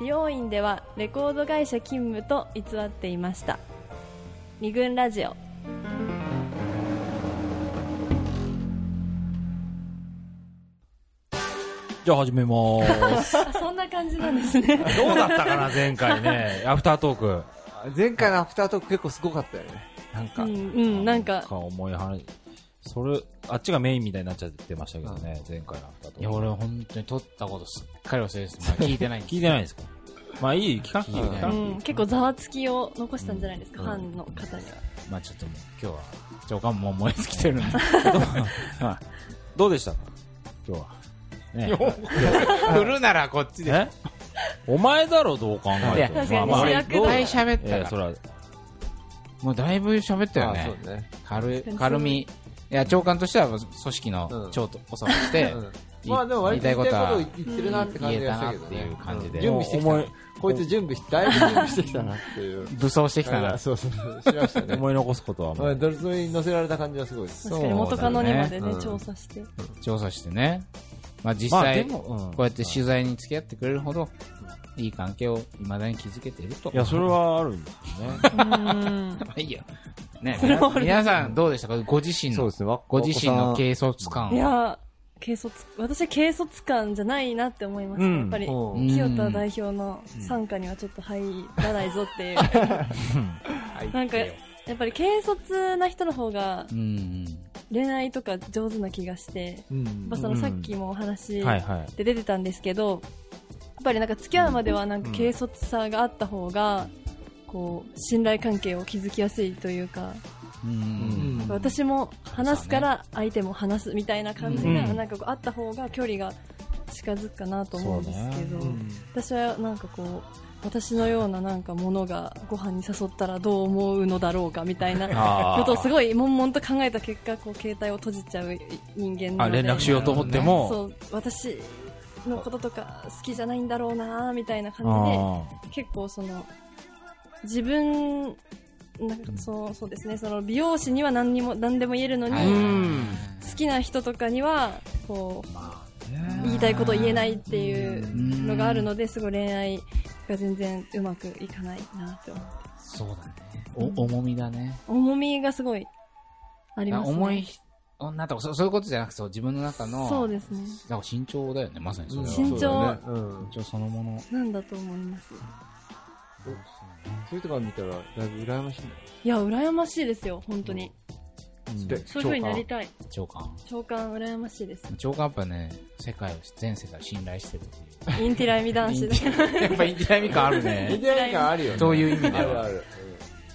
美容院ではレコード会社勤務と偽っていました二軍ラジオじゃあ始めまーす。あそんな感じなんですね どうだったかな、前回ね。アフタートーク。前回のアフタートーク結構すごかったよね。な んうか、ん、うん、なんか重い話。それ、あっちがメインみたいになっちゃってましたけどね、前回のアフタートいや、ーク。俺本当に撮ったことすっかり忘れてた。まあ聞いてないんです聞いてないですかまあいい、聞かん。聞いてないうんん、結構ざわつきを残したんじゃないですか、ファンの方には。まあちょっともう今日は、長官も燃え尽きてるんで。はどうでしたか今日は。いね振るならこっちで。えお前だろ、どう考えて確も。かにまあまあ主いっ役ぱい喋っいやたそれから。は、もうだいぶ喋ったよあねそ。うだね。軽い、軽み。いや、長官としては組織の長と、おさまして、うん、まあでも割と言いたいことを言ってるなって言感じえがたしたなっけどてね。いう感じうんで準。備してきお前た。こいつ準備し、だいぶ準備してきたなっていう。武装 してきたな。そうそうそう。しましたね。思い残すことはもう、。うんドルゾイに乗せられた感じはすごいです。確かに元カノにまでね、うん調査して。調査してね。まあ実まあで際、もこうんうやって取材に付き合ってくれるほど、いい関係を未だに築けていると。いや、それはあるんですよね。うん。いいよ。ね、皆皆さんどうでしたかご自身の、すね。ご自身の軽率い感は。やー、軽率、私は軽率感じゃないなって思いました。うんやっぱり、うん清田代表の参加にはちょっと入らないぞっていう。 なんか、やっぱり軽率な人の方がうん。恋愛とか上手な気がして、うんやっぱそのさっきもお話はいはい。で出てたんですけど、やっぱりなんか付き合うまではなんか軽率さがあった方が、こう、信頼関係を築きやすいというか、う。うんん私も話すから相手も話すみたいな感じが、うんなんかこうあった方が距離が近づくかなと思うんですけど、うん私はなんかこう私のようななんかものがご飯に誘ったらどう思うのだろうかみたいなあことをすごい悶々と考えた結果こう携帯を閉じちゃう人間なあ、ので連絡しようと思っても、そう私のこととか好きじゃないんだろうなみたいな感じであ結構その自分なんかそうそうですねその美容師には何にも何でも言えるのに、はーいうん。好きな人とかにはこう言いたいことを言えないっていうのがあるのですごい恋愛が全然うまくいかないなって思うそうだね。お、重みだね。重みがすごいありなますね重い女とか、そそういうことじゃなくて、そう自分の中の、そうですねなんか身長だよね、まさにそれは。身長そうだねうん身長そのもの。なんだと思いますそういうとこ見たら、だいぶ羨ましいね。いや羨ましいですよ本当にでそういう風になりたい長官。長官羨ましいです長官やっぱね、世界を、全世界を信頼してるっていう。 インティライミ男子でやっぱインディラミ感ある 似ね。てない感あるよね。そういう意味ではあるある。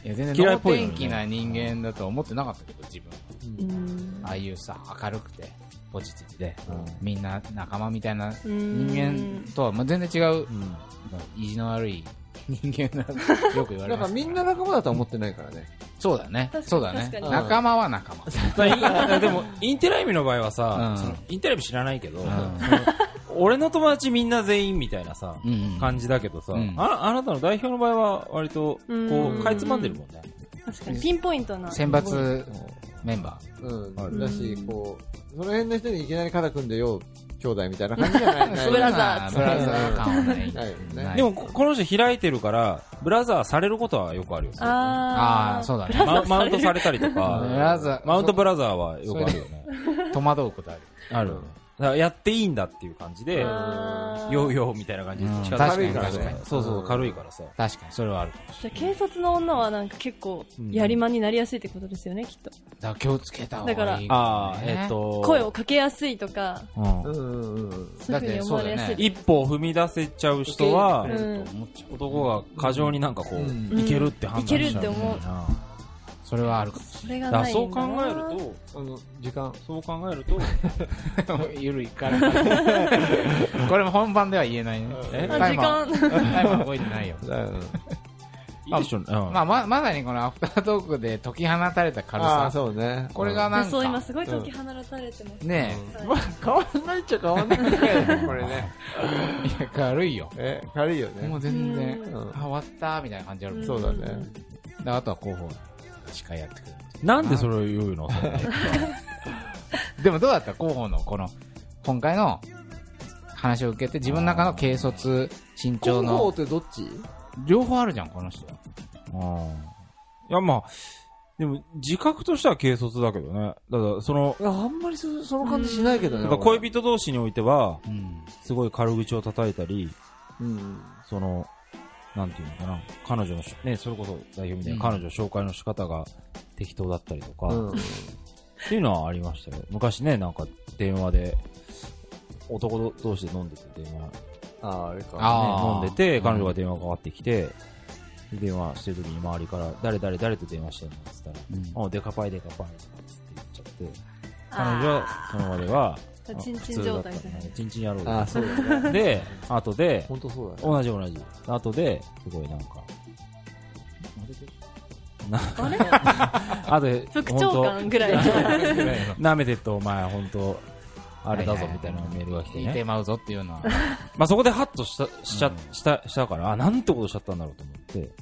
いや、全然嫌いっ能ぽいよね天気な人間だとは思ってなかったけど、自分。うんああいうさ、明るくて、ポジティブで、みんな仲間みたいな人うん間とは、まあ、全然違う、意地の悪い人間だとよく言わなれんかます。みんな仲間だとは思ってないからね。そうだね確か。にそうだ確かね。に仲間は仲 間。うんでも、インテライミの場合はさう、んそのインテライミ知らないけど、うん俺の友達みんな全員みたいなさ、うん感じだけどさ、うんああなたの代表の場合は割とこうんうかいつまんでるもんね、確かにピンポイントな選抜メンバー。うん。だし、こう、その辺の人にいきなり肩組んでよ、兄弟みたいな感じじゃない。ないブラザーブラザー感はない。ないよねないでもここの人開いてるからブラザーされることはよくあるよあああ、そううだね。マウマウントされたりとブかラザー、マウントブラザーはよくあるよね戸惑うことある。あるよねだからやっていいんだっていう感じでヨーヨーみたいな感じで近づういんて確かに確かにそうそう軽いからさ確かに、それはあるかもしれない。じゃあ警察の女はなんか結構やりまになりやすいってことですよねきっとだから気をつけた方がいいだからねああえっ、と声をかけやすいとかうんうんうんうんうん。そういうふうに思われやすい一歩踏み出せちゃう人は受け入れてくれる思っちゃう男が過剰になんかこううんいけるって判断しちゃういけるって思うそれはあるかも それがだからないんだそう考えるとあの、時間。そう考えると、ゆるいから。これも本番では言えないね。えあタイ時マー間タイマー動いてないよ。だよね。いいでしょ、うん、まあ、ま、まさにこのアフタートークで解き放たれた軽ああ、さ。そうね。これがなんそう今か、すごい解き放たれてます、ねまあ、変わらないっちゃ変わらないよね、これね。え、いや軽いよ。 え、軽いよねも。う全然う、んあ、終わったみたいな感じあるもん。そうだね。であとは候補が司会やってくれる。なんでそれを言うのでもどうだった候補の、この、今回の、話を受けて、自分の中の軽率、慎重金剛のっ、てどっち両方あるじゃん、この人。 いや、まあ、でも、自覚としては軽率だけどね。だから、その、いやあんまりそその感じしないけどね。やっ俺ぱ恋人同士においては、うん。すごい軽口を叩いたり、うん。その、なんていうのかな、彼女のし、ね、それこそ代表みたいな、うん彼女紹介の仕方が適当だったりとか、うん。っていうのはありましたよ。昔ね、なんか電話で、男同士で飲んでて、電話、ああ、あれか。あーね、飲んでて、彼女が電話かかってきて、で電話してる時に周りから、誰誰誰と電話してるのって言ったら、うんあデカパイデカパイって言っちゃって、彼女はその場では、ああチンチン普通だ状った態ですね。チンチン野郎ああ、だそうだね。 で、後で、本当そうだね。同じ同じ。後で、すごいなんか、あれあとで、 副ほ長んと官ぐらい。 舐めてっとお前、本当あれだぞははみたいなメールが来て聞いてね。まうぞっていうのは。まあそこでハッとした、しちゃうん、した、したから、あ、なんてことしちゃったんだろうと思って。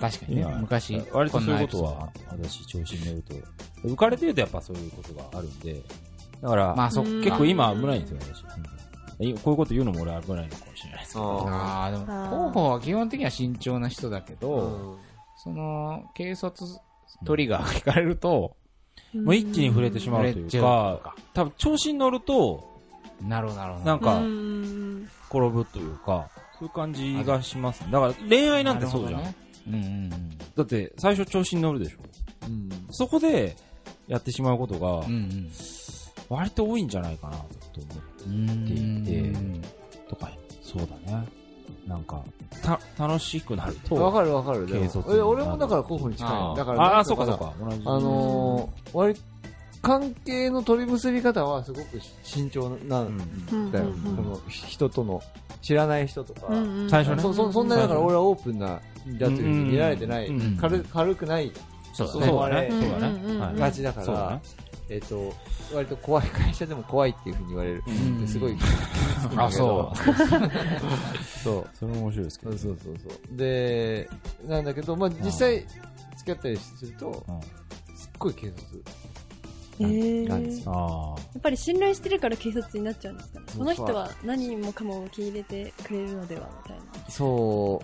確かにね今、昔、割とそういうことんなエピソードがあっは、私、調子に乗ると。浮かれてるとやっぱそういうことがあるんで。だから、た。まあ、そっか。結構今危ないんですよ、私。本当にこういうこと言うのも俺危ないのかもしれないですけど。あああ、でも、あー広報は基本的には慎重な人だけあ。ど、その、軽率トリガーが引かれると、もう一気に触れてしまうとい触れうちゃうとか、多分調子に乗ると、なるほどなるほど。なんうか、ん転ぶというか、そういう感じがしますね。だから恋愛なんてそうじゃん。なるほどねだって最初調子に乗るでしょ。うん。そこでやってしまうことがうんうん。うん割と多いんじゃないかなと思うん。うんっていてうんうとか、そうだね。なんか、た、楽しくなると。わかるわかる。で軽率もになえる俺もだから候補に近あい。ーだから、ああ、そうかそう。か。同じ。あのー、割り、関係の取り結び方はすごく慎重なうんんうんだよ。うんこの人との、知らない人とか。うんうん最初ねそそそんなだから俺はオープンなやつに見られてない、うんうん軽軽くないそうだね。そうだねそうだねうんうんうんはいガチだかそうだらね、えっ、と割と怖い会社でも怖いっていうふうに言われる、うんすごいあ、そう。そうそれも面白いですけそどうね。そうそうそうでなんだけど、まあ、実際付き合ったりするとうんすっごい警察えーなんですよああ。やっぱり信頼してるから警察になっちゃうんですかね。そうこの人は何もかも受け入れてくれるのではみたいな。そ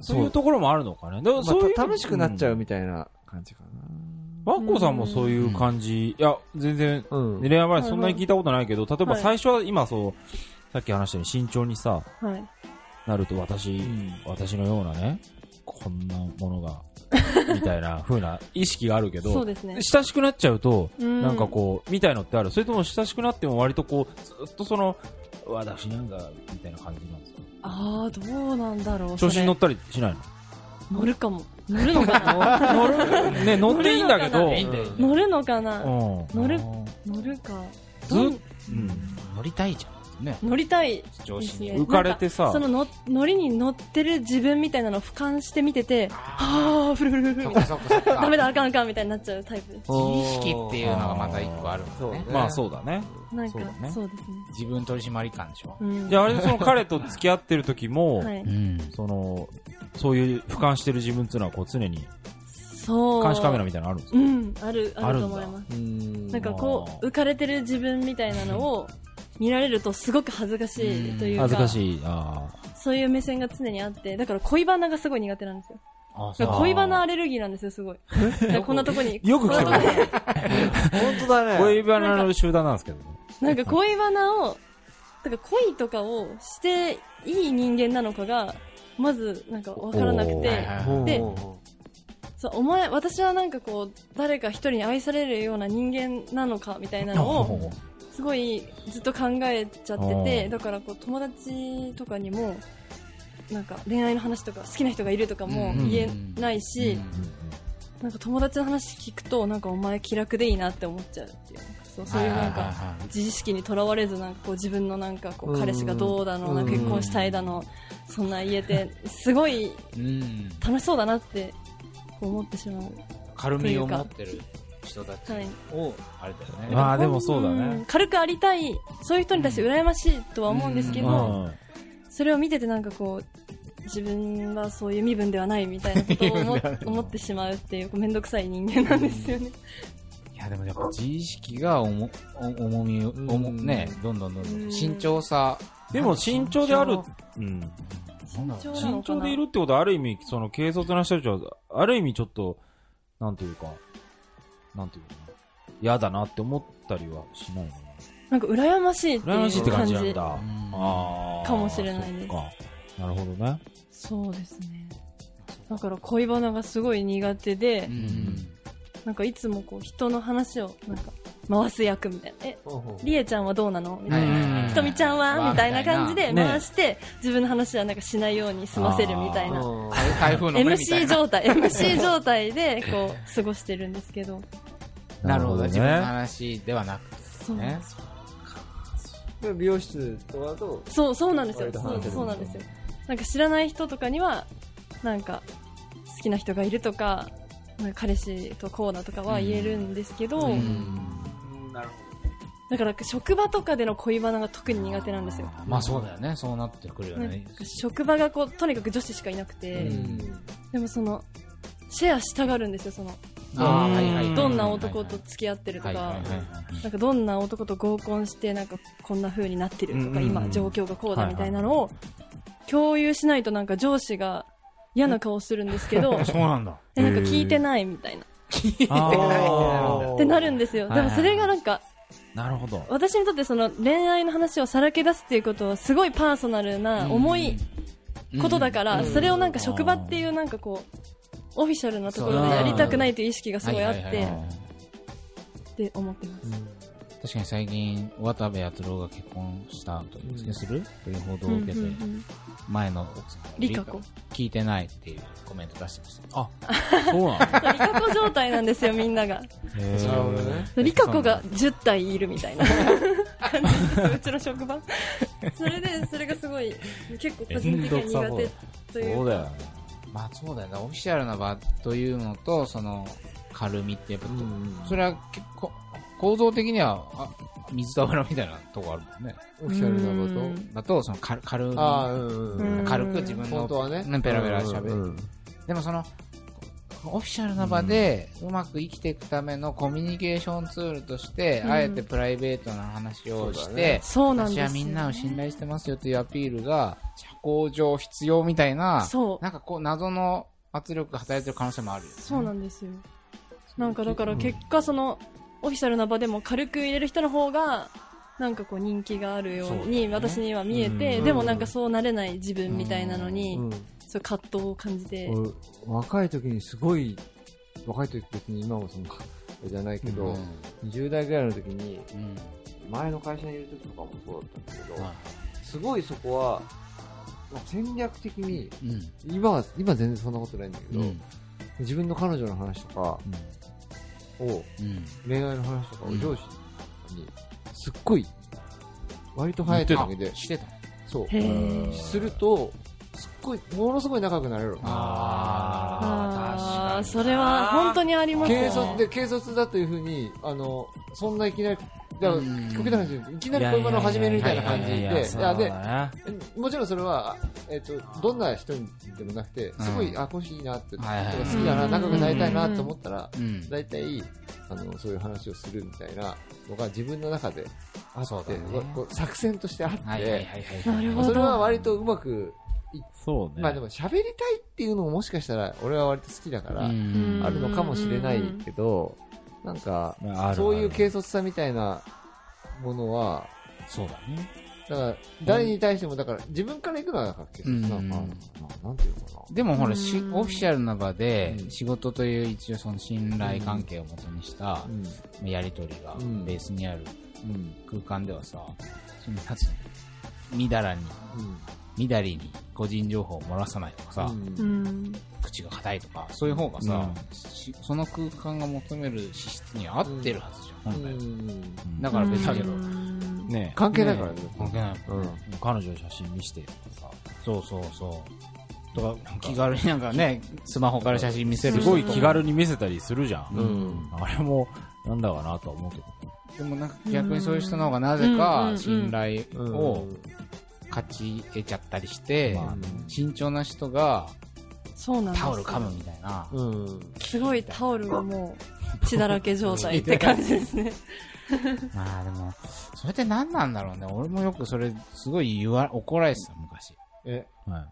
うそういうところもあるのかね。でもまあそういうた楽しくなっちゃうみみたいな感じかたい。ワッコさんもそういう感じ。いや、全然、なうん、恋愛前そんなに聞いたことないけど、例えばはい最初は今そう、さっき話したように慎重にさ、はい。なると私、私のようなね、こんなもの が、みたいな風な意識があるけそうど、ですね。親しくなっちゃうと、うんなんかこう、みたいのってあるそれとも親しくなっても割とこう、ずっとその、私なんか、みたいな感じなんですかああ、どうなんだろう。調子に乗っったりしないの乗るかも。乗るのか な 乗るね、乗っていいんだけど、いいんだよ。乗るのかなうん乗るうん乗るか。ずっどんうん乗りたいじゃん。ね。乗りたい。上司に。ですね浮かれてさそ、の乗乗りに乗ってる自分みたいなのを俯瞰して見てて、はあ、ふるふるふるみたいな。そっかそっか ダメだ、あかんあかんみたいになっちゃうタイプです。自意識っていうのがまた一個あるんだそうねね。まあそうだね。なんそうだか、ねそうですね。自分取締り感でしょう。ん。じゃああれでその彼と付き合ってる時も、 はい。ん。その、そういう俯瞰してる自分っていうのはこう常にそう。監視カメラみたいなのあるんですうかん、ある、ああるるんとだ思います。うんなんかこあーう、浮かれてる自分みたいなのを見られるとすごく恥ずかしいというか、恥ずかしい。あそういう目線が常にあって、だから恋バナがすごい苦手なんですよ。あ、だそからう。恋バナアレルギーなんですよ、すごい。だから こんなとこに。よくこんな来てとくこれに る。本当だね恋バナの集団なんですけどね。なんか恋バナを、だから恋とかをしていい人間なのかが、まずなんかわからなくおて、ーはいはいほうでほうほそう、お前、私はなんかこう、誰か一人に愛されるような人間なのかみたいなのを、おーすごいずっと考えちゃってうて、んだからこう友達とかにも、なんか恋愛の話とか好きな人がいるとかもうん言えないし、なんか友達の話聞くと、なんかお前気楽でいいなって思っちゃうっていう。そうそういうなんか、か、自意識にとらわれず、なんかこう自分のなんかこううん彼氏がどうだの、うんなんか結婚したいだの、そんな言えて、すごいうん。楽しそうだなって思ってしまう。軽みを持ってる人たちはい。を、あれだよね。まあでもそうだんね。軽くありたい、そういう人に対して羨ましいとは思うんですけうど、ん。それを見ててなんかこう自分はそういう身分ではないみたいなことを思思ってしまうっていうこうめんどくさい人間なんですよね。いや、でもやっぱ自意識が重お重みを、ん重ね、どんどんどんどうんん、慎重さ。でも慎重である、うん。なんだ慎ろう重慎重でいるってことは、ある意味、その、軽率な人たちは、ある意味ちょっと、なんていうか、なんていうかな、嫌だなって思ったりはしないのなんか羨ましいって羨ましいいっうて感感じじなんだ。あうんあー。かもしれないですそっかなるほどね。そうですねだから恋バナがすごい苦手で、うんなんかいつもこう人の話をなんか回す役みたいなえりえちゃんはどうなのみたいな、うんひとみちゃんはみたいな感じでね回して、自分の話はなんかしないように済ませるみたいなうん台風の目みたい MC な。状態 MC 状態でこう過ごしてるんですけどなるほど、ね自分の話ではなくそてう,、ね。で美容室とかだと、そうそうなんですよ割とそ話うせるそうなんですよなんか知らない人とかにはなんか好きな人がいるとかなんか彼氏とこうだとかは言えるんですけど、うんなるだから職場とかでの恋バナが特に苦手なんですよまあそうだよね、そうなってくるよなんね。か職場がこうとにかく女子しかいなくて、ほど。でもそのシェアしたがるんですよそのあーはいはいうんどんな男と付き合ってるとはいはいかはいはいなんかどんな男と合コンしてなんかこんな風になってるとか、うん今状況がこうだみたいなのを共有しないとなんか上司が嫌な顔するんですけどあそうなんだ。 えなんか聞いてないみたいなあーってなるんですよはいではいもそれがなんかなるほど。私にとってその恋愛の話をさらけ出すっていうことはすごいパーソナルな重いことだから、うんそれをなんか職場っていうなんかこうオフィシャルなところでやりたくないという意識がすごいあっはいはいてはいはいって思ってます確かに最近、渡部篤郎が結婚したという、うんするという報道うをん受けうて、んうん前の奥さんがリカ子聞いてないっていうコメント出してました。あ、そうなんだ。リカ子状態なんですよみんながへーなるほどね。リカ子が10体いるみたいな感じですうちの職場それでそれがすごい結構個人的には苦手というそうだよね。まあそうだよね、オフィシャルな場というのと、その、軽みってやっぱ、それは結構、構造的には、あ水と油みたいなとこあるもんね。オフィシャルなこだと、その軽、軽みと。ああ、うんううんん。軽く自分の本当はね。ペラペラ喋る、うんうんでもそのオフィシャルな場でうまく生きていくためのコミュニケーションツールとして、うんあえてプライベートな話をしそうだて、ねそうなんです私よはみんなを信頼してますよというアピールが社交上必要みたいなそうなんかこう謎の圧力が働いてる可能性もあるよねそうなんですよなんかだから結果そのオフィシャルな場でも軽く入れる人の方がなんかこう人気があるように私には見えて、うんでもなんかそうなれない自分みたいなのに、うんそういう葛藤を感じて、俺若い時にすごい、若い時別に今もその、あれじゃないけど、20代ぐらいの時に、うん前の会社にいる時とかもそうだったんだけどは、すごいそこは、まあ戦略的に、うん今は、今全然そんなことないんだけど、うん自分の彼女の話とかを、うん恋愛の話とかを上司に、すっごい、割と早いあ段階で、してたそう、へうんーすると、すっごい、ものすごい仲良くなれるの。あああそれは本当にあります軽ね率で、軽率だというふうに、あの、そんないきなり、だから、うん極端な話、いきなり恋バナを始めるみたいな感じで、いいやいやいやいやそうや、で、だねもちろんそれは、えっ、と、どんな人にでもなくて、すごい、うんあ、この人いいなって、はいはいとか好きだな、うん仲良くなりたいなと思ったら、うん大体、あの、そういう話をするみたいなのが自分の中であそうっだて、ねこう作戦としてあって、はいはいはいはいなるほどそれは割とうまく、そうね。まあでも喋りたいっていうのももしかしたら、俺は割と好きだから、うんあるのかもしれないけど、なんか、まああるそういう軽ある率さみたいなものは、そうだねだから、誰に対しても、だから、自分から行くのは、なんか軽率なのかな、なんていうのかな。でもほら、うんしオフィシャルな場でうん仕事という一応その信頼関係をもとにしたうんやり取りがうんベースにあるうん空間ではさ、そのなんつうのみだらに、みだりに個人情報を漏らさないとかさ、ううんん口が硬いとか、そういう方がさ、しその空間が求める資質に合ってるはずじゃん、本来。うんうんだから別だけど、うんね関係ないからね。関係ない。うんえ彼女の写真見してとかさ。そうそうそう。とか、気軽になんかね、スマホから写真見せるす人ごい気軽に見せたりするじゃん。うんあれも、なんだかなとは思うけど。でもなんか逆にそういう人の方がなぜか信頼を勝ち得ちゃったりして、まあ慎重な人がそうなんですタよオル噛むみたいな、うん。すごいタオルをもう血だらけ状態って感じですね。まあでも、それって何なんだろうね。俺もよくそれ、すごい言わ、怒られてた、昔。え、はい。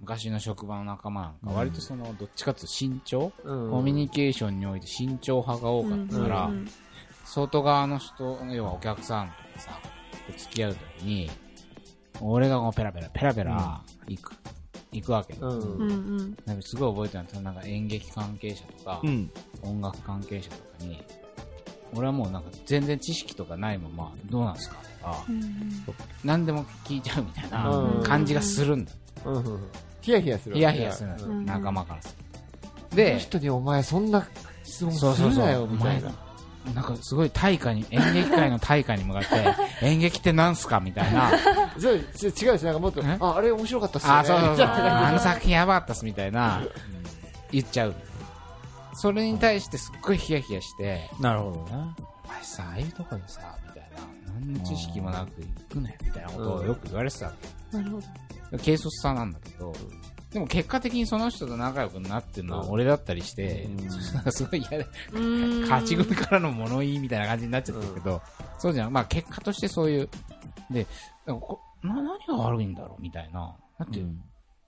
昔の職場の仲間なんか、割とその、どっちかっていうと慎重、うんコミュニケーションにおいて慎重派が多かったから、うん外側の人、要はお客さんとかさ、と付き合うときに、俺がこうペラペラ、ペラペラ、行く、行くわけ。うんうんうんなんかすごい覚えてるのはそのなんか演劇関係者とか、うん。音楽関係者とかに、俺はもうなんか全然知識とかないまま、どうなんすかとかう、ん何でも聞いちゃうみたいうんな感じがするんだ。うんうんヒヤヒヤするわヒけヤヒヤするんだ、うんこ仲間からするので、人にお前そんな質問そうすそうるそうなよみたいな。なんかすごい大会に、演劇界の大会に向かって、 演劇ってなんすかみたいな。じゃあち違うし、なんかもっと、えあ、あれ面白かったっすよね。あ、そうそ じうそう。ゃあの作品やばかったっすみたいな、言っちゃう。それに対してすっごいヒヤヒヤして、なるほどね。お前さ、ああいうとこにさ、みたいな、何の知識もなく行くなよ、みたいなことをよく言われてたわなるほど。け。軽率さなんだけど、でも結果的にその人と仲良くなってるのは俺だったりして、なんかすごい嫌で、勝ち組からの物言いみたいな感じになっちゃったけど、そうじゃん。まあ結果としてそういう、で、なんかこな何が悪いんだろうみたいな。だって、うん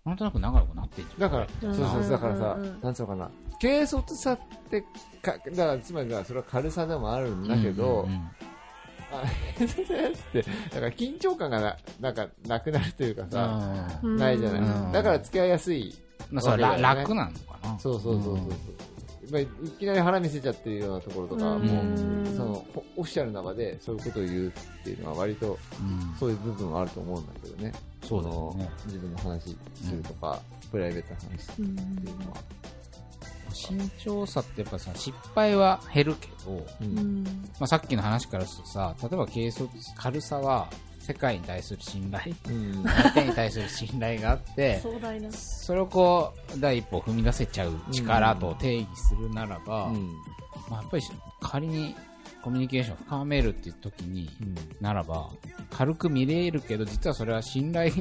なんとなく仲良くなってんじゃん。だから、そううんそうそう、だからさうんうんうん、なんつうのかな、軽率さってか、だから、つまりはそれは軽さでもあるんだけどうんう、んあ軽率なやつって、だから緊張感がな、なんか、なくなるというかうんさ、うんないじゃうなんい。だから付き合いやすい。まあそれわはけだよね楽なのかな。そうそうそうそう。まあ、いきなり腹見せちゃってるようなところとか、もう、その、ほオフィシャルな場でそういうことを言うっていうのは割と、うんそういう部分はあると思うんだけどね。そうだよねその自分の話するとか、プライベートな話するうんっていうのは。慎重さってやっぱさ、失敗は減るけど、うんうんまあさっきの話からするとさ、例えば軽率、軽さは、世界に対する信 頼、うん。相手に対する信頼があって、壮大な。それをこう、第一歩を踏み出せちゃう力と定義するならば、うんまあ、やっぱり仮にコミュニケーションを深めるっていう時に、うんならば、軽く見れるけど、実はそれは信頼、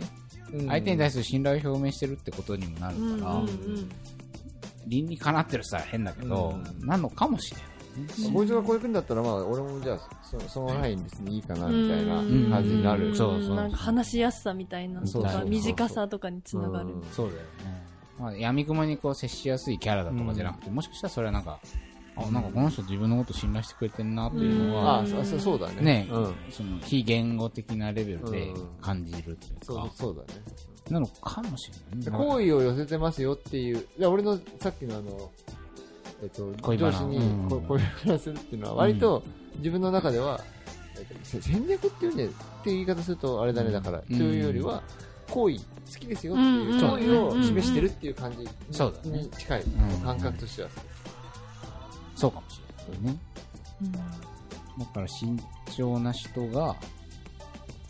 相手に対する信頼を表明してるってことにもなるうんうんから、うん倫理かなってるさ変だけど、うんなのかもしれまあこいつがこういくんだったら、まあ、俺もじゃあ、そその範囲に別にいいかな、みたいなうん感じになる。んそうそうなんか話しやすさみたいなとそうそうかそう短さとかにつながるうんない。そうだよね。まあ、闇雲にこう接しやすいキャラだとかじゃなくて、もしかしたらそれはなんか、あ、なんかこの人自分のこと信頼してくれてんなっていうのあはあ、、そそそうだね。ね、うん。その非言語的なレベルでうん感じるっていうそかう、そうだね。なのかもしれないね。好意を寄せてますよっていう、いや俺のさっきのあの、えっと、恋バ上ナ司にうんこ恋バナするっていうのは、割と自分の中では、えっとせ戦略っていうんで、っていう言い方するとあれだねだから、んというよりは、好意、好きですよってういんう、好意うをん示してるっていう感じそうだねに近いん、感覚としては。そうかもしれないね。だから慎重な人が、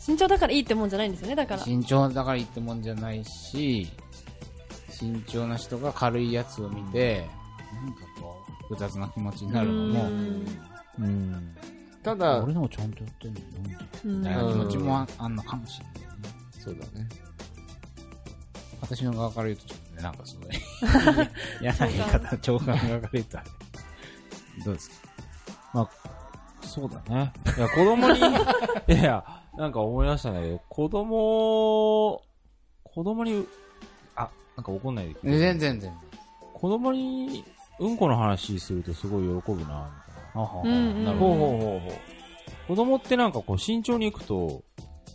慎重だからいいってもんじゃないんですよねだから慎重だからいいってもんじゃないし、慎重な人が軽いやつを見て、なんかこう、複雑な気持ちになるのうも、んうん。ただ、俺のもちゃんとやってんのよなんでうんみたいな気持ちもああんのかもしれないね。そうだね。私の側から言うとちょっとね、なんかす ごい嫌な言い方、長官側から言うとあれ。どうですかそうだね。いや、子供に、い やいや、なんか思い出したんだけど、子供、子供に、あ、なんか怒んないで聞いて全然全然。子供に、うんこの話するとすごい喜ぶな、みたいな。あはうんうんなるほほうど。ほうほうほう。子供ってなんかこう慎重に行くと、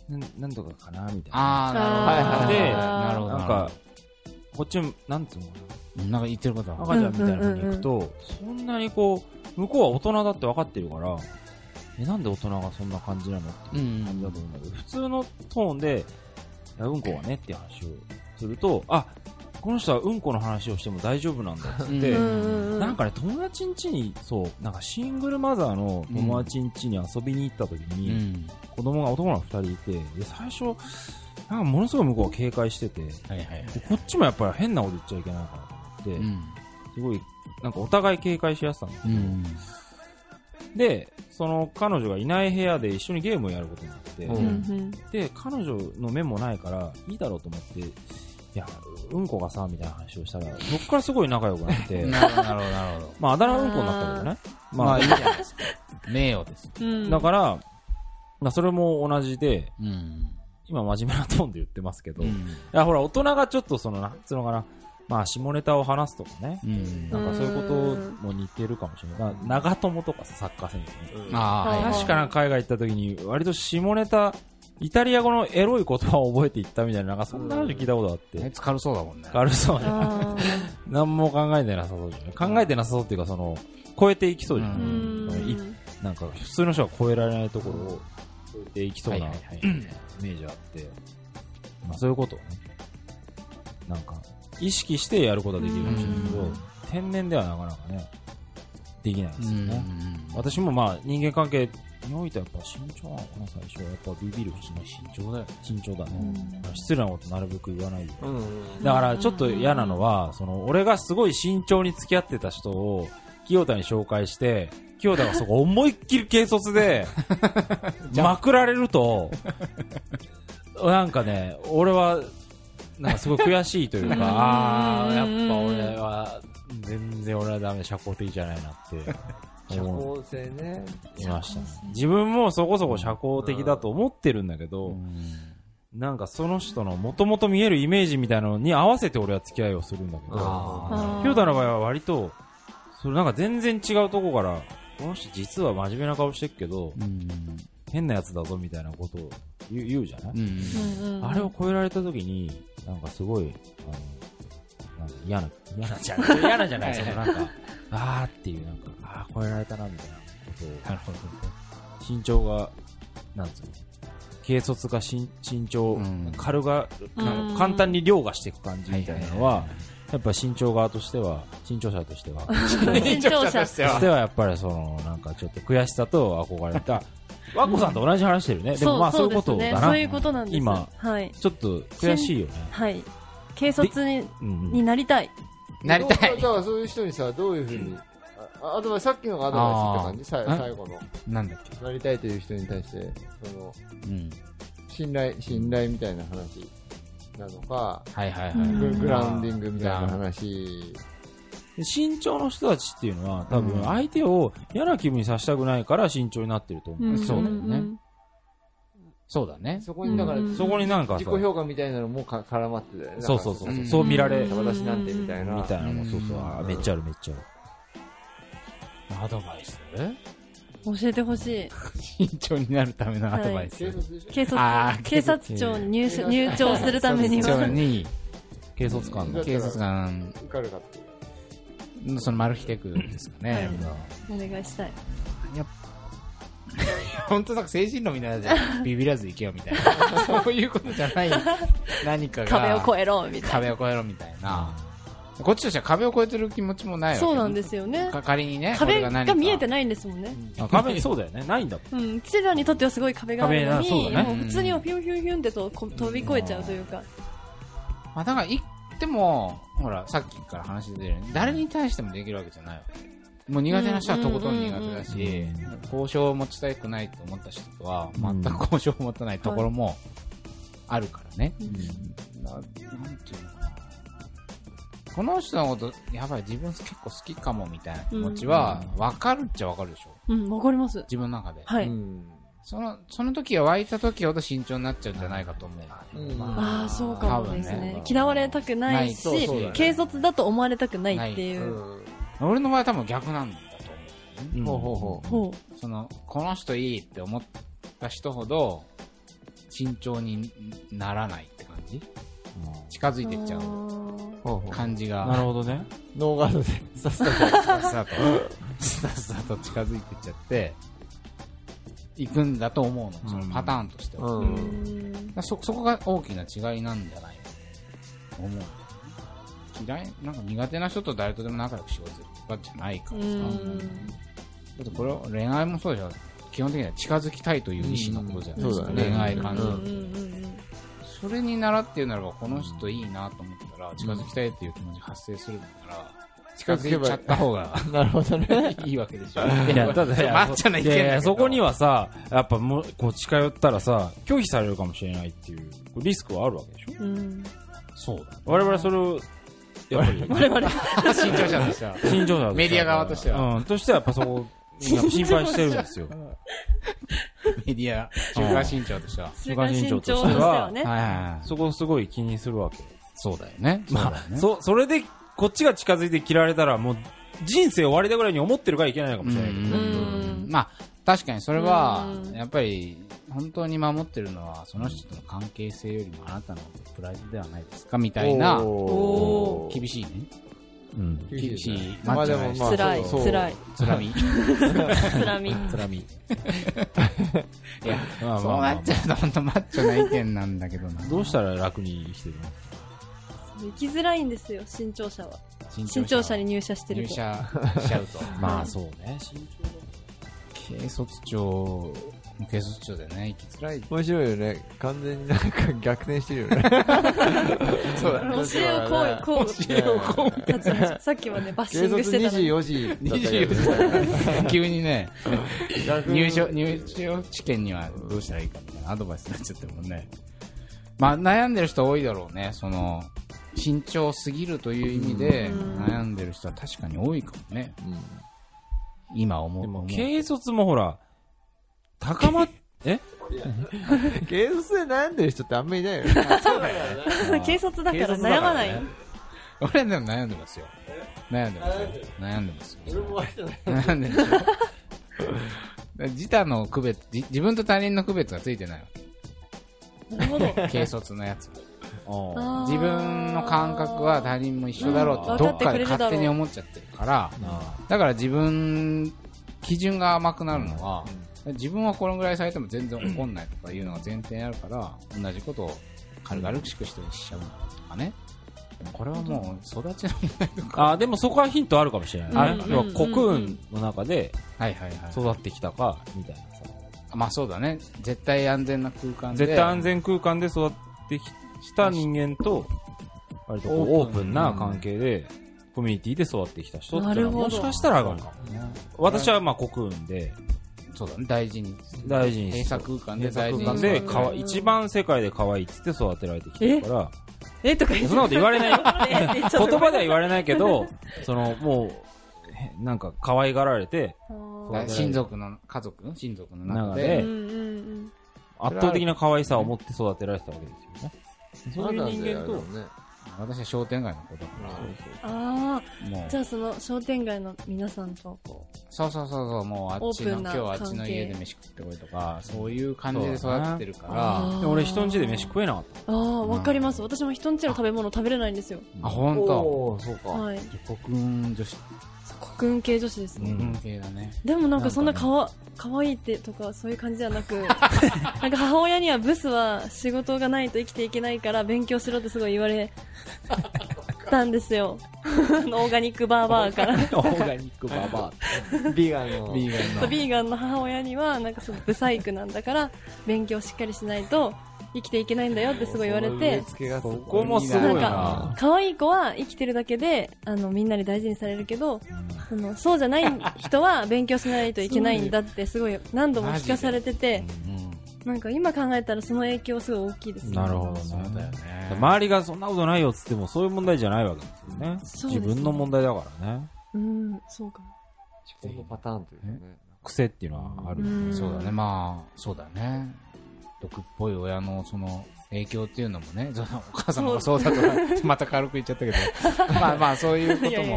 なん、なんとかかな、みたいな。ああ、なるほど。あーなるほど。なんか、こっちも、なんつうのかなんか言ってることな、は。赤ちゃんみたいな風に行くと、そんなにこう、向こうは大人だって分かってるから、え、なんで大人がそんな感じなのっていう感じだと思うんだけど、普通のトーンで、いやうんこはねっていう話をすると、あ、この人はうんこの話をしても大丈夫なんだっつって、う うんなんかね、友達ん家に、そう、なんかシングルマザーの友達ん家に遊びに行った時うに、ん。子供が男の子が2人いて、で、最初、なんかものすごい向こうは警戒してて、はいはいはい。でこっちもやっぱり変なこと言っちゃいけないからと思って、うん。すごい、なんかお互い警戒し合ってたんだけうど、ん。で、その彼女がいない部屋で一緒にゲームをやることになって、ううんうんで、彼女の目もないから、いいだろうと思って、いや、うんこがさ、みたいな話をしたら、そっからすごい仲良くなって、なるほど、なるほど。 まあ、あだ名うんこになったけどね。ままああいいじゃないですか。名誉です。うん だから、まあそれも同じで、うん。今真面目なトーンで言ってますけど、ういん。やほら、大人がちょっとその、なんつうのかな、まあ、下ネタを話すとかね、うんなんかそういうことも似てるかもしれない。まあ長友とかさ、サッカー選手ね。ああ、はいはい。確かなんか海外行った時に、割と下ネタ、イタリア語のエロい言葉を覚えていったみたいな、なんかそんな話聞いたことあっあいて。つ軽そうだもんね。軽そうに。あ何も考えてなさそうじゃない考えてなさそうっていうか、その、超えていきそうじゃーなうい、んいなんか、普通の人は超えられないところを超えていきそうなはイいはいはいメージあって、まあそういうことをね、なんか、意識してやることはできるかもしれないけうどん、天然ではなかなかね、できないですようんね。私もまあ人間関係においてはやっぱ慎重なのかな最初はやっぱビビるしない慎重だよ慎重だね、うん失礼なことなるべく言わないようんうんだからちょっと嫌なのはその俺がすごい慎重に付き合ってた人を清田に紹介して清田がそこ思いっきり軽率 でまくられるとなんかね俺はなんかすごい悔しいというか ああやっぱ俺は全然俺はダメ社交的じゃないなって社思う交性ね。いましたね。自分もそこそこ社交的だと思ってるんだけど、なんかその人のもともと見えるイメージみたいなのに合わせて俺は付き合いをするんだけど、あひょうたの場合は割と、それなんか全然違うとこから、この人実は真面目な顔してるけど、ー変なやつだぞみたいなことを言う言うじゃない、うんあれを超えられた時に、なんかすごい、あの、なんか嫌な、嫌なじゃない、嫌なじゃ ない、そのなんか、あーっていう、なんか、あー超えられたなみたいなことを、なるほど。身長が、なんつうの、軽率か身身長、うん軽が、なんうんか簡単に凌駕していく感じみたいなのは、やっぱ身長側としては、身長者として は、と緊張者してしてはやっぱりその、なんかちょっと悔しさと憧れ た、和子さんと同じ話してる ね。でもまあそういうことですだねな。そういうことなんです今はいちょっと悔しいよね。はい軽率にうんうんになりたい なりたいどうだからそういう人にさ、どういうふうに、あアドバイス、さっきのがアドバイスって感じ、さあー最後の。 なんだっけ。なりたいという人に対して、その、うん。信頼、信頼みたいな話なのか、はいはいはい。うんググラウンディングみたいな話、で身長の人たちっていうのは、多うん分相手を嫌な気分にさせたくないから身長になってると思う。んそうだよねんそうだね。そこにだから、うん自そこになんかさ己、評価みたいなのもか絡まってたよね。そうそうそうなんそう、かそう見られうん私なんてみたいな。みたいなのもそうそうう、んあーめっちゃあるめっちゃある。アドバイス教えてほしい慎重になるためのアドバイス軽。率でしょ警あ察ー警察庁に入 所入庁するために慎重はに、軽率感の。 警察官、受かるかっていう。そのマルヒテクですかね。お願いしたい本当なんか精神論みたいなじゃ ん。ビビらず行けよみたいな。そういうことじゃない。何かが。壁を越えろみたい壁を越えろみたいな。こっちとしては壁を越えてる気持ちもないわなけそうなんですよねか仮にね、壁俺何がか見えてないんですもんねあ壁、そうだよね。ないんだもん。うんキセラにとってはすごい壁があるのに壁なそうだねもう普通にピュンピュンピュンってとこ飛び越えちゃうというかまあだから行っても、ほら、さっきから話してたように、誰に対してもできるわけじゃないわけもう苦手な人はとことん苦手だしうんうん、交渉を持ちたくないと思った人とは、全く交渉を持たないところもあるからね。ななんていうのかな。この人のこと、やばい、自分結構好きかもみたいな気持ちは、わかるっちゃわかるでしょ。うんわかります自分の中で。はいうんその、その時は湧いた時ほど慎重になっちゃうんじゃないかと思う。うんああそうかもですね多分ね嫌われたくないしないそうそうだね軽率だと思われたくないっていうう、ん。俺の場合は多分逆なんだと思う。うんほうほうほほその、この人いいって思った人ほど、慎重にならないって感じ近づういてっちゃあうーほうほう感じが、なるほどね。ノーガードで。スタスタと、スタスタと、スタスタと近づいてっちゃって、行くんだと思うの。そのパターンとしては。だかうん。らそ、そこが大きな違いなんじゃないと思うんだよね。嫌いなんか苦手な人と誰とでも仲良くしようぜとかじゃないからうさ。んだってこれは恋愛もそうじゃん。基本的には近づきたいという意思のことじゃないですか。うんそうだね恋愛感情うんうんうんそれに習って言うならば、この人いいなと思ったら、近づきたいっていう気持ち発生するんだから、近づいちゃった方 がなるほどね。 いいわけでしょ。いや、ただ、いや待っちゃないいやいけやない。そこに、はさ、やっぱもう、こう近寄ったらさ、拒否されるかもしれないっていう、これリスクはあるわけでしょうんそうだ。我々それを、やっぱり、 我々慎重者としては。慎重なメディア側としてはうん、としてはやっぱそこや心配してるんです よ。メディア、中華新潮としては。週刊新潮と週し刊新て潮とはしね。はいはいはい。そこすごい気にするわけ。そうだよね。まあ、そ、それで、こっちが近づいて切られたら、もう、人生終わりだぐらいに思ってるからいけないのかもしれないけどね。んまあ、確かにそれはうん、やっぱり、本当に守ってるのは、その人との関係性よりもあなたのプライドではないですか、みたいな、おー厳しいね。うん。厳しい。まあでもまあ辛い、そう辛い、つ らみ。辛み。つ らみ。いや、まあそうまなあまっちゃうと本当マッチョな意見なんだけどなあ。。どうしたら楽に生きてるの生きづらいんですよ、新潮社は。新潮社に入社してる入と。社しちゃうと。 まあそうね。慎軽率長、軽率長だよね、生きづらい。面白いよね。完全になんか逆転してるよ ね。そうだ教えをこう、こう、をこう。立場さっきまでバッシ警ング察してたのに。 24時だったけどね24時 急にね、逆に入所、入所試験にはどうしたらいいかみたいなアドバイスになっちゃってるもんね。まあ悩んでる人多いだろうね、その、慎重すぎるという意味でうん悩んでる人は確かに多いかもね。今思う。でも、思う軽率もほら、高 まっ、え警察で悩んでる人ってあんまりいないよね。 警察だから悩まない。俺はでも悩んでますよ。悩んでますよ。悩んでますよ。悩んでるでしょだから自他の区別、じ自分と他人の区別がついてないわけ。なるほど。軽率のやつは。あ 自分の感覚は他人も一緒だろううっんてどっ分かかってくれるでだろう勝手に思っちゃってるから、あだから自分、基準が甘くなるのは、自分はこのぐらいされても全然怒んないとかいうのが前提にあるから、同じことを軽々しくしてしちゃうのとかね。これはもう育ちの問題とか。あーでもそこはヒントあるかもしれないねう。ん要は、コクーンの中ではいはいはい。育ってきたか、みたいなさ。まあそうだね。絶対安全な空間で。絶対安全空間で育ってきた人間と、割とこうオープンな関係で、コミュニティで育ってきた人ってないうるのほはどもしかしたらあるかも。私はまあ国運で、そうだね。大事に。大事に閉鎖空間で閉鎖大事空に。間でかわうん一番世界で可愛いって言って育てられてきてるから、えとか言っそんなこと言われない よ。て。 えって言っちゃ言っ葉では言われないけど、そのもう、へなんか可愛がられて、た。うだ親族の、家族親族の中中うんでで。うん圧倒的な可愛さを持って育てられてたわけですよね。そういう人間と、ね。私は商店街の子だかうん。ああ、ら。もうじ。ゃあその商店街の皆さんとこそうそうそうそう、もうあっちの、オープン今な日はあっちの家で飯食ってこいとか、そういう感じで育ってるかう。あら、でーも俺人ん家で飯食えなかった。ああ、わかります。私も人んちの食べ物食べれないんですよ。あ、ほんと。おーそうか。はい。国運女子、国運系女子ですね。国運系だね。でもなんかそんなかわ、かわいいってとかそういう感じではなく、 なんか母親にはブスは仕事がないと生きていけないから勉強しろってすごい言われたんですよ。 あのオーガニックバーバー から。オーガニックババ ア。ビガンの。ビーガンそうの。ビーガンの母親にはなんかそうブサイクなんだから勉強しっかりしないと生きていけないんだよってすごい言われて、こここもすなごんいかな。可愛い子は生きてるだけであのみんなに大事にされるけど、そのそうじゃない人は勉強しないといけないんだってすごい何度も聞かされてて。なんか今考えたらその影響すごい大きいですね。なるほどうんそうだよね。ね。周りがそんなことないよっつってもそういう問題じゃないわけですよね。そうですね自分の問題だからね。うん、そうかも。自分のパターンというかね。癖っていうのはある。うんそうだね、まあ、そうだね。毒っぽい親のその影響っていうのもね、 そのお母様がそうだとか、また軽く言っちゃったけど、 まあまあそういうことも、いやいや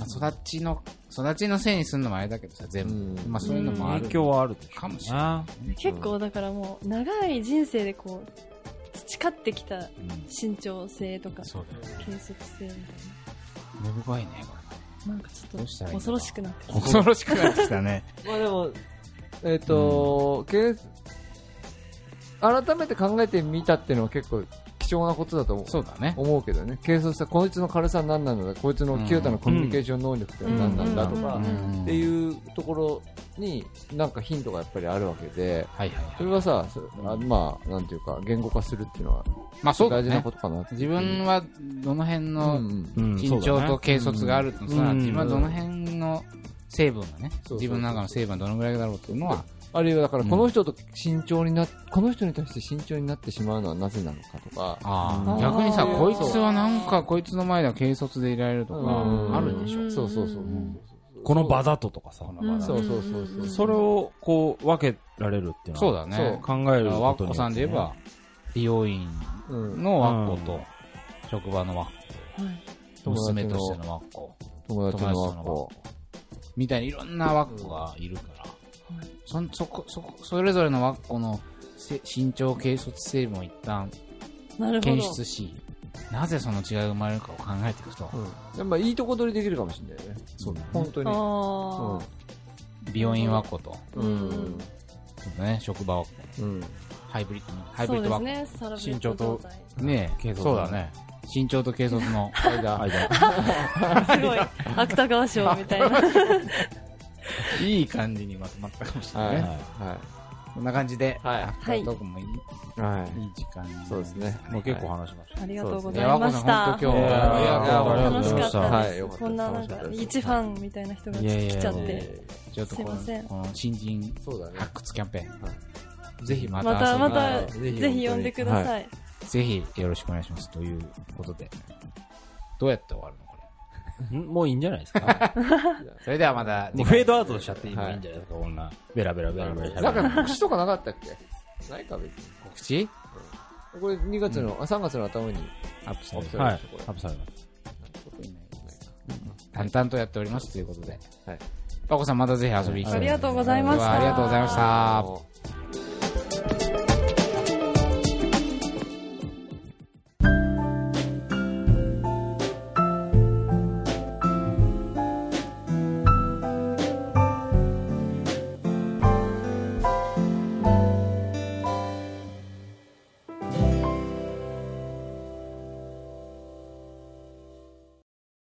まあ、育ちの、育ちのせいにするのもあれだけどさ、全部。うんまあそういうのもある。影響はあるでしょうねかもしれな結構だからもう長い人生でこう培ってきた慎重性とかそうだよね。軽率性みたい根深いね、な。なんかちょどっうしたらといいんだ恐ろろうしくなってきこれ。恐ろしくなってきたね。まあでも、えっと、警改めて考えてみたっていうのは結構貴重なことだと思う。そうだね。思うけどね。警察さ、こいつの軽さは何なんだこいつの清田のコミュニケーション能力ってうん何なんだとかう、んっていうところに、なんかヒントがやっぱりあるわけで、はいはいはいそれはさ、そあまあ、なんていうか、言語化するっていうのはまあそうだ大事なねこ。とかなって。自分はどの辺うんうんのうん緊そう張だとね軽率があるとさ、うん自分はどの辺の成分がね、そうそうそう自分の中の成分はどのぐらいだろうっていうのは、あるいはだから、この人と慎重にな、この人に対して慎重になってしまうのはなぜなのかとか、あうあ、ん逆にさ、あーこいつはなんか、こいつの前では軽率でいられるとうんか、あるでしょ。んそうそうそううん。この場だととかさ、うんそうそうそうそうそれをこう分けられるっていうのは、そうだね。考えることによってねワッコさんで言えば、美容院うん、のワッコと、職場のワッコ、友達の娘としてのワッコ、友達の学友校。みたいにいろんなワッコがいるからい、そんそこ、そこ、それぞれのワッコのせ身長軽率成分を一旦なるほど。検出し、なぜその違いが生まれるかを考えていくと、うん。やっぱいいとこ取りできるかもしれないよね。そうだね本当に。あ美容院ワッコと、うん。うんそうだね、職場ワッコ、うん。ハイブリッドの、あ、ハイそブリうッでドワすッね。サラブレッド身長と状態コ。ね軽率そうだね。身長と軽率の、間。間。すごい、芥川賞みたいな。いい感じにまとまったかもしれないはねい。。はこんな感じで、はいアフタートークもいい,、、い。はい時間にい。そうです。ね。もう結構話しました。ありがとうごいざや、い和ま子しさん、本た当。今日いやーは、ありが楽としうかございまっしたたはいでよす。かったこんななんか楽しかった、です一ファンみたいな人が来ちゃっいやいやいて。ちょっとこすいませのんこの新人そうだね。発掘キャンペーン、はぜひまたまた、ま遊た、びにぜひぜひ呼んでください。ぜひよろしくお願いします。ということで、どうやって終わるのこれ。んもういいんじゃないです か。それではまたもう次フェ回、ードアウトしちゃっていいんじゃはないいですか、こんな。ベラベラベラベラ喋る。なんか、口とかなかったっけないか、別に。告知これ2月の、あ、3月の頭に。アップされる。ははいい。アップされます。淡々とやっておりますということで、はい。和子さんまたぜひ遊びに来てくださいありがとうございました今日はありがとうございました。あの